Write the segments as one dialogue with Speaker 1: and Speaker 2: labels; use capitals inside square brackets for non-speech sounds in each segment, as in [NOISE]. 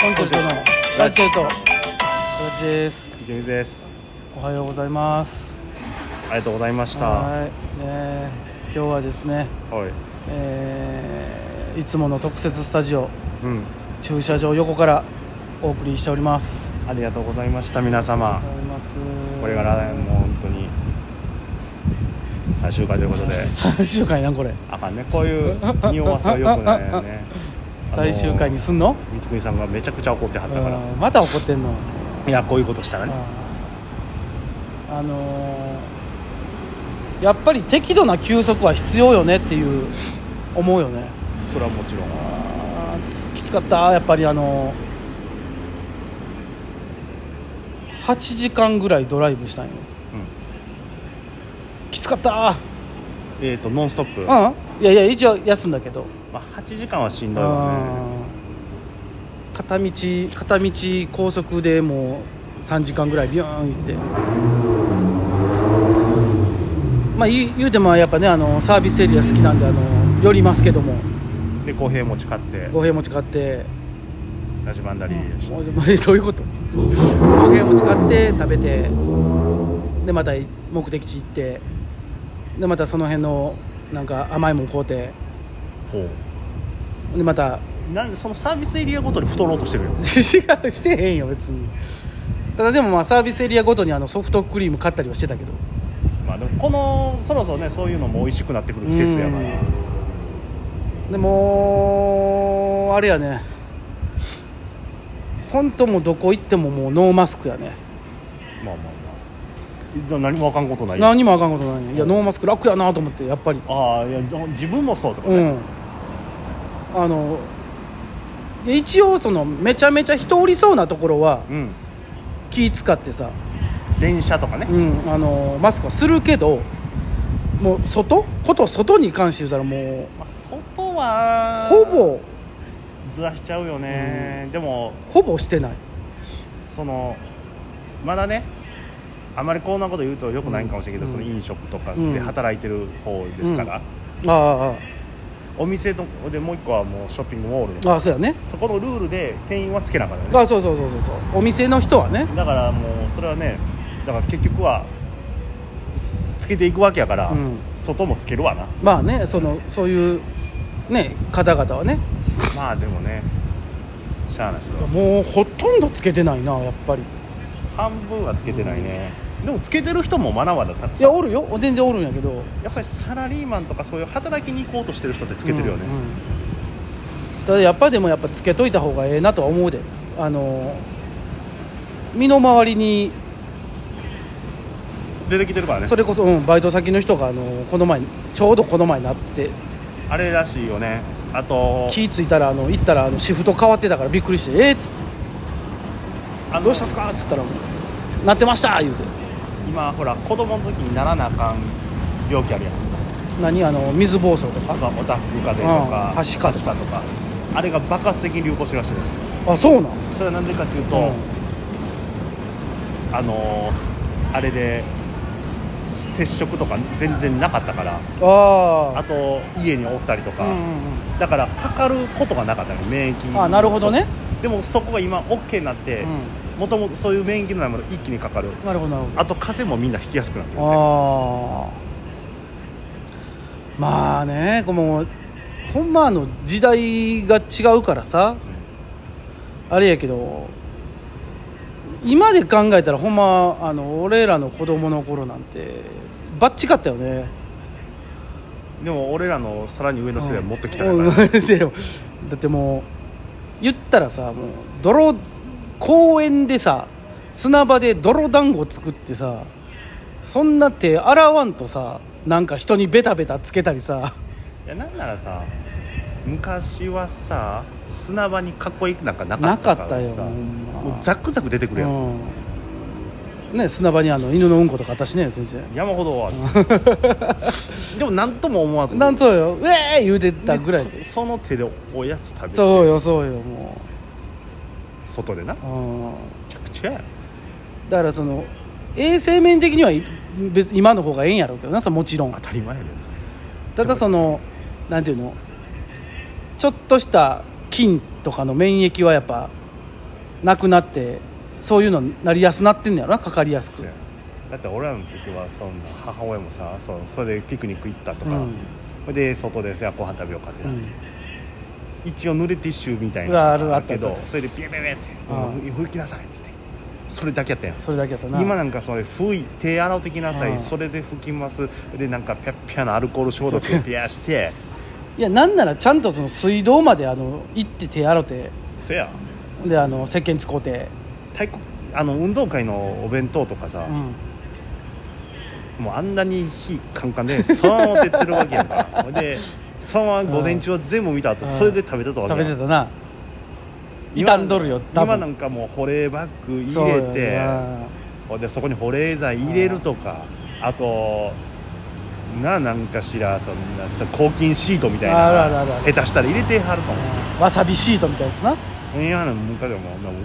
Speaker 1: コンチェルトのラチェートラチです
Speaker 2: 池水です
Speaker 1: おはようございます
Speaker 2: ありがとうございましたは
Speaker 1: はい、えー今日はですね、
Speaker 2: い
Speaker 1: えーいつもの特設スタジオ
Speaker 2: うん
Speaker 1: 駐車場横からお送りしております
Speaker 2: ありがとうございました皆様
Speaker 1: ありがとうございます
Speaker 2: これからもう本当に最終回ということで
Speaker 1: 最終回なんこれ
Speaker 2: あかんねこう [LAUGHS] いう匂わせはよくないよね
Speaker 1: 最終回にすんの
Speaker 2: 三國さんがめちゃくちゃ怒ってはったから
Speaker 1: うんまた怒ってんの
Speaker 2: いやこういうことしたらね
Speaker 1: ああのーやっぱり適度な休息は必要よねっていう思うよね
Speaker 2: それはもちろん
Speaker 1: あーつきつかったやっぱりあの8時間ぐらいドライブしたんよきつかった
Speaker 2: えっとノンストップ
Speaker 1: う
Speaker 2: ま
Speaker 1: んいやいや一応休んだけど
Speaker 2: あ8時間はしんどいよね
Speaker 1: うん片道片道高速でもう3時間ぐらいビューン行ってまあ言う言うてもやっぱねあのサービスエリア好きなんであの寄りますけども
Speaker 2: で公平持ち買って
Speaker 1: 五平餅買って
Speaker 2: ラジバンダリーして
Speaker 1: もうもうどういうこと五平餅買って食べてでまた目的地行ってでまたその辺のなんか甘いもん買うて
Speaker 2: ほ
Speaker 1: でまた [LAUGHS]
Speaker 2: うなんでそのサービスエリアごとに太ろうとしてるよ
Speaker 1: 違うしてへんよ別にただでもまあサービスエリアごとにあのソフトクリーム買ったりはしてたけど
Speaker 2: まあでもこのそろそろねそういうのも美味しくなってくる季節やから
Speaker 1: でもうあれやね本当もうどこ行ってももうノーマスクやね
Speaker 2: まあまあまあじゃあ何もあかんことないよ
Speaker 1: 何もあかんことないねいやノーマスク楽やなと思ってやっぱり
Speaker 2: ああいやじゃ自分もそうとか
Speaker 1: う
Speaker 2: ね、
Speaker 1: んあのいや一応そのめちゃめちゃ人おりそうなところは
Speaker 2: うん
Speaker 1: 気使ってさ、
Speaker 2: 電車とかね、
Speaker 1: うん、あのマスクはするけどもう外こと外に関して言ったらもう
Speaker 2: まあ、外は
Speaker 1: ほぼ
Speaker 2: ずらしちゃうよね、でも
Speaker 1: ほぼしてない
Speaker 2: そのまだねあまりこんなこと言うとよくないんかもしれんけど、
Speaker 1: うん
Speaker 2: その飲食とか
Speaker 1: うん
Speaker 2: で働いてる方ですから、
Speaker 1: あ
Speaker 2: お店とでもう一個はもうショッピングモール
Speaker 1: あああそうやね
Speaker 2: そこのルールで店員はつけなかったよね
Speaker 1: あそうそうそうそうそうお店の人はね
Speaker 2: だからもうそれはねだから結局はつつけていくわけやから、
Speaker 1: うん
Speaker 2: 外もつけるわな
Speaker 1: まあねそのそういうね方々はね
Speaker 2: まあでもねしゃあないですよ
Speaker 1: もうほとんどつけてないなやっぱり
Speaker 2: 半分はつけてないね、でもつけてる人もまだまだたくさん
Speaker 1: いやおるよ全然おるんやけど
Speaker 2: やっぱりサラリーマンとかそういう働きに行こうとしてる人ってつけてるよね、
Speaker 1: うんうんただやっぱでもやっぱつけといた方がええなとは思うであの身の回りに
Speaker 2: 出てきてるからね
Speaker 1: それこそ、うん、バイト先の人があのこの前ちょうどこの前になってて
Speaker 2: あれらしいよねあと
Speaker 1: 気ぃ付いたらあの行ったらあのシフト変わってたからびっくりして「えっ?」っつって
Speaker 2: あ
Speaker 1: 「
Speaker 2: の
Speaker 1: どうしたんすか?」っつったらもう「なってました」言うて
Speaker 2: 今ほら子供の時にならなあかん病気あるやん
Speaker 1: 何あの水暴走とか
Speaker 2: とかおたふく風邪と
Speaker 1: うん
Speaker 2: か
Speaker 1: はしかと
Speaker 2: と
Speaker 1: か
Speaker 2: かとかあれが爆発的に流行してるらしいね
Speaker 1: あそうなん
Speaker 2: それはなんでかっていうと、あのーあれで接触とか全然なかったから
Speaker 1: あ
Speaker 2: あ
Speaker 1: あ
Speaker 2: と家におったりとか、
Speaker 1: うんうん
Speaker 2: だからかかることがなかったの免
Speaker 1: う
Speaker 2: 疫
Speaker 1: んあなるほどね、
Speaker 2: そうでもそこが今 OK になって
Speaker 1: う
Speaker 2: もともとそういう免疫のないもの一気にかかる
Speaker 1: ん、なるほどなるほど
Speaker 2: あと風邪もみんな引きやすくなってるね
Speaker 1: ああまあねこうもうほんまあの時代が違うからさあれやけど今で考えたらほんまあの俺らの子供の頃なんてバッチかったよね
Speaker 2: でも俺らのさらに上の世代はもっときたから、
Speaker 1: うんうんせやろだってもう言ったらさもう泥公園でさ砂場で泥団子作ってさそんな手洗わんとさなんか人にベタベタつけたりさ
Speaker 2: いやなんならさ昔はさ砂場にかっこいいなんかなか
Speaker 1: な
Speaker 2: っ
Speaker 1: か
Speaker 2: たから
Speaker 1: ったよほ
Speaker 2: さ
Speaker 1: んま
Speaker 2: もうザクザク出てくるやん、
Speaker 1: うんね砂場にあの犬のうんことかあったしね全然
Speaker 2: 山ほど
Speaker 1: [LAUGHS]
Speaker 2: はでも何とも思わず
Speaker 1: なんそうよ「うえー!」言うてたぐらい
Speaker 2: で
Speaker 1: で
Speaker 2: そその手でおやつ食べて
Speaker 1: そうよそうよも
Speaker 2: 外でなめ
Speaker 1: う、うん、
Speaker 2: ちゃくちゃや
Speaker 1: だからその衛生面的にはい別今の方がええんやろうけどなさもちろん
Speaker 2: 当たり前やで
Speaker 1: ただそのなんていうのちょっとした菌とかの免疫はやっぱなくなってそういうのになりやすなってんのやろなかかりやす
Speaker 2: そ
Speaker 1: く
Speaker 2: うやだって俺らの時はそんな母親もさそうそれでピクニック行ったとか、
Speaker 1: うん
Speaker 2: それで外でさご飯食べようかって
Speaker 1: う
Speaker 2: な、
Speaker 1: ん
Speaker 2: 一応濡れティッシュみたいう
Speaker 1: わ
Speaker 2: な
Speaker 1: あ
Speaker 2: の
Speaker 1: る
Speaker 2: が
Speaker 1: わ
Speaker 2: あるけ
Speaker 1: あっ
Speaker 2: ど
Speaker 1: たあっ
Speaker 2: それでピュピュピュって
Speaker 1: うん
Speaker 2: もう拭きなさいっつってそれだけやったやん
Speaker 1: それだけやったな
Speaker 2: 今なんかそれ拭い手洗うてきなさ
Speaker 1: う
Speaker 2: い
Speaker 1: ん
Speaker 2: それで拭きますでなんかピャッピャのアルコール消毒をピャ
Speaker 1: [LAUGHS]
Speaker 2: ーして
Speaker 1: いやなんならちゃんとその水道まであの行って手洗うて
Speaker 2: そや
Speaker 1: であの石鹸使うて、
Speaker 2: 太鼓あの運動会のお弁当とかさ
Speaker 1: う、ん、
Speaker 2: もうあんなに火カンカンでそのまま出てるわけや
Speaker 1: [LAUGHS]
Speaker 2: んかでそのまま午前中は全部見た後、
Speaker 1: うん
Speaker 2: それで食べてたわけ
Speaker 1: 食
Speaker 2: やん
Speaker 1: べてたな
Speaker 2: 今
Speaker 1: 傷んどるよ多分
Speaker 2: 今なんかもう保冷バッグ
Speaker 1: そう
Speaker 2: 入
Speaker 1: や
Speaker 2: れて
Speaker 1: な
Speaker 2: ほんでそこに保冷剤入れるとかあとななんかしらそんなさ抗菌シートみたい
Speaker 1: あるある
Speaker 2: な
Speaker 1: あるある
Speaker 2: 下手したら入れてはるかも
Speaker 1: わさびシートみたいなやつな
Speaker 2: うん今の昔はも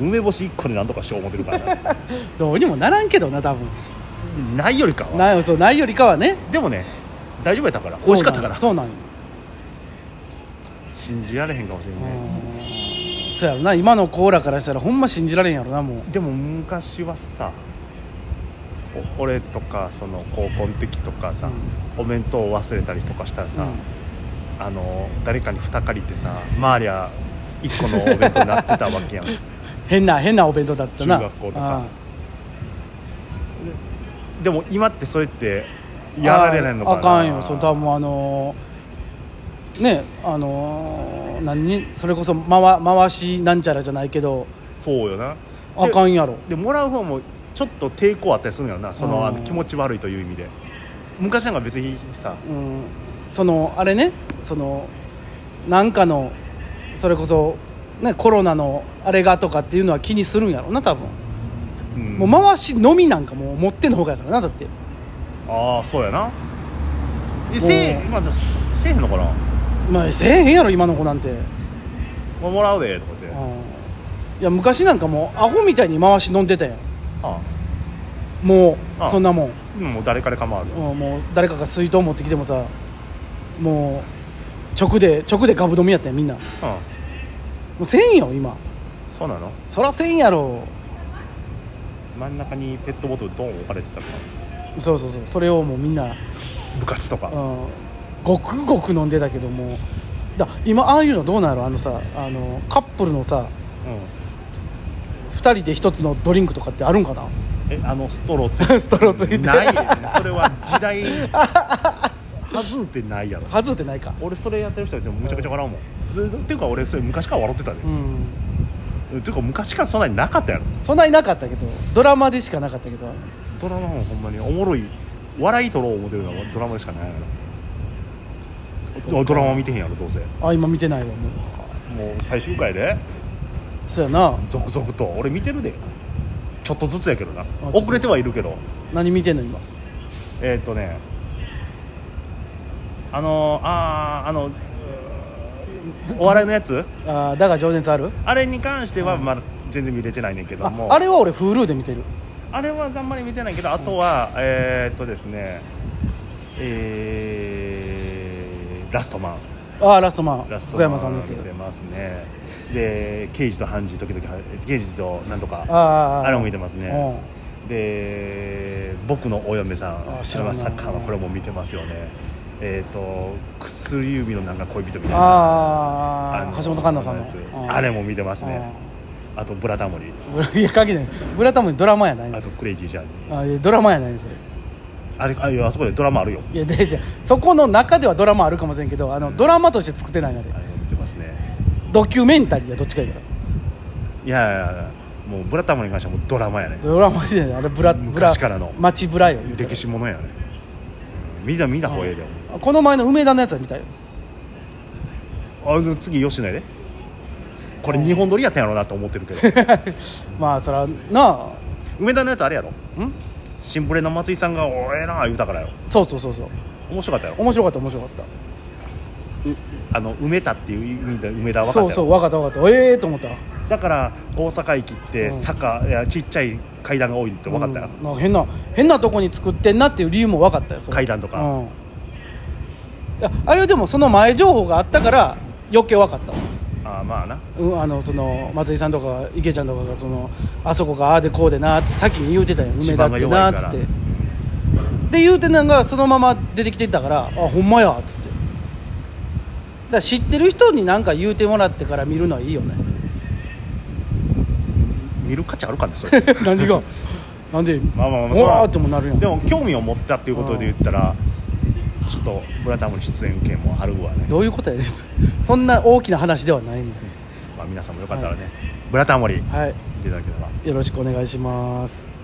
Speaker 2: う梅干し1個でなんとかしよう思ってるから
Speaker 1: [LAUGHS]
Speaker 2: な
Speaker 1: どうにもならんけどな多分
Speaker 2: ないよりかは
Speaker 1: ないそうないよりかはね
Speaker 2: でもね大丈夫やったから美味しかったから
Speaker 1: そうなんよ
Speaker 2: 信じられへんかもしれん
Speaker 1: そうなんよ
Speaker 2: ね
Speaker 1: うんそうやろな今のコーラからしたらほんま信じられんやろなもう
Speaker 2: でも昔はさお俺とかその高校の時とかさ、お弁当を忘れたりとかしたらさ、あの誰かに二借りてさ周りは一個のお弁当になってたわけ
Speaker 1: [LAUGHS]
Speaker 2: やんで
Speaker 1: 変な変なお弁当だったな
Speaker 2: 中学校とかでも今ってそれって
Speaker 1: うん
Speaker 2: やられないのかな
Speaker 1: あかんよその多分あのーねあのー何それこそ回回しなんちゃらじゃないけど
Speaker 2: そうよな
Speaker 1: あかんやろ
Speaker 2: でもらう方もちょっと抵抗あったりするんやろなそのあの
Speaker 1: うん
Speaker 2: 気持ち悪いという意味で昔なんか別にさ
Speaker 1: うんそのあれねそのなんかのそれこそ、ね、コロナのあれがとかっていうのは気にするんやろうな多分、
Speaker 2: うん
Speaker 1: もう回しのみなんかもう持ってのほうがやからなだって
Speaker 2: ああそうやなえせえ
Speaker 1: うん
Speaker 2: まあでもせえへんのかな
Speaker 1: まあせえへんやろ今の子なんて、うん、い
Speaker 2: もうもらうでとかってあ
Speaker 1: や昔なんかもうアホみたいに回し飲んでたやん
Speaker 2: あ
Speaker 1: も
Speaker 2: あ
Speaker 1: うそんなもん、
Speaker 2: うんもう誰から構わず
Speaker 1: うんもう誰かが水筒持ってきてもさもう直で直でガブ飲みやったやんみんなも
Speaker 2: うん
Speaker 1: うせんよ今
Speaker 2: そうなの
Speaker 1: そらせんやろ
Speaker 2: 真ん中にペットボトルドン置かれてたのかな
Speaker 1: そうそうそうそれをもうみんな
Speaker 2: 部活とか
Speaker 1: うんごくごく飲んでたけどもだ今ああいうのどうなるあのさあのカップルのさ
Speaker 2: う、
Speaker 1: 2人で1つのドリンクとかってあるんかなん
Speaker 2: えあのストローつい
Speaker 1: [LAUGHS]
Speaker 2: て
Speaker 1: ストローついて
Speaker 2: ないそれは時代はずうてないやろ
Speaker 1: はずってないか
Speaker 2: 俺それやってる人いてもむちゃくちゃ笑うもん、ずっていうか俺それ昔から笑ってたで、
Speaker 1: うん
Speaker 2: っていうか昔からそんなになかったやろ
Speaker 1: そんなになかったけどドラマでしかなかったけど
Speaker 2: ドラマもほんまにおもろい笑い取ろう思ってるのはドラマでしかないや
Speaker 1: そう
Speaker 2: ろ
Speaker 1: か
Speaker 2: ドラマ見てへんやろどうせ
Speaker 1: あ今見てないわもう
Speaker 2: もう最終回で
Speaker 1: そうやな
Speaker 2: 続々と俺見てるでちょっとずつやけどな
Speaker 1: ょっとずつ
Speaker 2: 遅れてはいるけど
Speaker 1: 何見てんの今
Speaker 2: えーっ、とねあのあーあのうーお笑いのやつ
Speaker 1: あーだが情熱ある
Speaker 2: あれに関してはまだ全然見れてないねんけど
Speaker 1: あ
Speaker 2: も
Speaker 1: あれは俺 Hulu で見てる
Speaker 2: あれはあんまり見てないけどあとはえーっ、とですねえーラストマン
Speaker 1: ああラストマン
Speaker 2: ラスト
Speaker 1: 福
Speaker 2: マン
Speaker 1: 山さんのやつ
Speaker 2: 見てますねで刑事と判事時々は刑事となんとか
Speaker 1: ああ
Speaker 2: あれも見てますね
Speaker 1: う
Speaker 2: で僕のお嫁さん
Speaker 1: あ知
Speaker 2: サ
Speaker 1: らない
Speaker 2: ッカーはこれも見てますよねえっ、と薬指のなんか恋人みたい
Speaker 1: ん
Speaker 2: な
Speaker 1: あ
Speaker 2: の
Speaker 1: あ橋本環奈さん
Speaker 2: やつ
Speaker 1: の
Speaker 2: あれ
Speaker 1: も
Speaker 2: も見てますねあと「ブラタモリ
Speaker 1: [LAUGHS] いや限ないブラタモリドラマやない」の
Speaker 2: あと「クレイジージャーニー
Speaker 1: あいやドラマやないです」
Speaker 2: あれあいやあそこでドラマあるよ
Speaker 1: いやでじゃあそこの中ではドラマあるかもしれんけどあのドラマとして作ってないので
Speaker 2: あれも見てますね
Speaker 1: ドキュメンタリーやどっちかやから
Speaker 2: いやいやいやもう「ブラタモリ」に関してはもうドラマやね
Speaker 1: ドラマじゃないあれブラブラ
Speaker 2: 昔からの
Speaker 1: 街ブラよ言うたら
Speaker 2: 歴史ものやねうん見た見た方がええで
Speaker 1: あこの前の梅田のやつは見たよ
Speaker 2: あでも次吉野やでこれ日本撮りやったんやろうなと思ってるけど
Speaker 1: まあそらな
Speaker 2: 梅田のやつあれやろ
Speaker 1: あん
Speaker 2: シンプレの松井さんが「おええな」言うたからよ
Speaker 1: そうそうそうそう
Speaker 2: 面白かったよ
Speaker 1: 面白かった面白かっ
Speaker 2: あの梅田っていう意味で梅田は
Speaker 1: た
Speaker 2: 分かった
Speaker 1: そうそ
Speaker 2: よ
Speaker 1: う分かった分かったええと思った
Speaker 2: だから大阪駅って
Speaker 1: うん
Speaker 2: 坂、いやちっちゃい階段が多いって分かったよ、
Speaker 1: うんなんか変な変なとこに作ってんなっていう理由も分かったよそれ
Speaker 2: 階段とか
Speaker 1: うんいやあれはでもその前情報があったから余計分かった
Speaker 2: ああまあな
Speaker 1: うん、あのその松井さんとか池ちゃんとかがそのあそこがああでこうでなって先に言うてたよ梅田ってなっつって
Speaker 2: 地盤が弱いか
Speaker 1: で言うてんなんがそのまま出てきてたからあほんまやっつってだから知ってる人に何か言うてもらってから見るのはいいよ
Speaker 2: [LAUGHS]
Speaker 1: ね
Speaker 2: 見る価値あるかねそれ [LAUGHS]
Speaker 1: 何が [LAUGHS] なんで
Speaker 2: まあまあまあ
Speaker 1: うわー
Speaker 2: そ
Speaker 1: っ
Speaker 2: れ
Speaker 1: てもなるやん
Speaker 2: でも興味を持ったっていうことで言ったらちょっと「ブラタモリ」出演権もあるわね、
Speaker 1: どういうことやねんそれそんな大きな話ではないんで
Speaker 2: まあ、皆さんもよかったらね「ブラタモリ」見
Speaker 1: はい
Speaker 2: ていただければ
Speaker 1: よろしくお願いします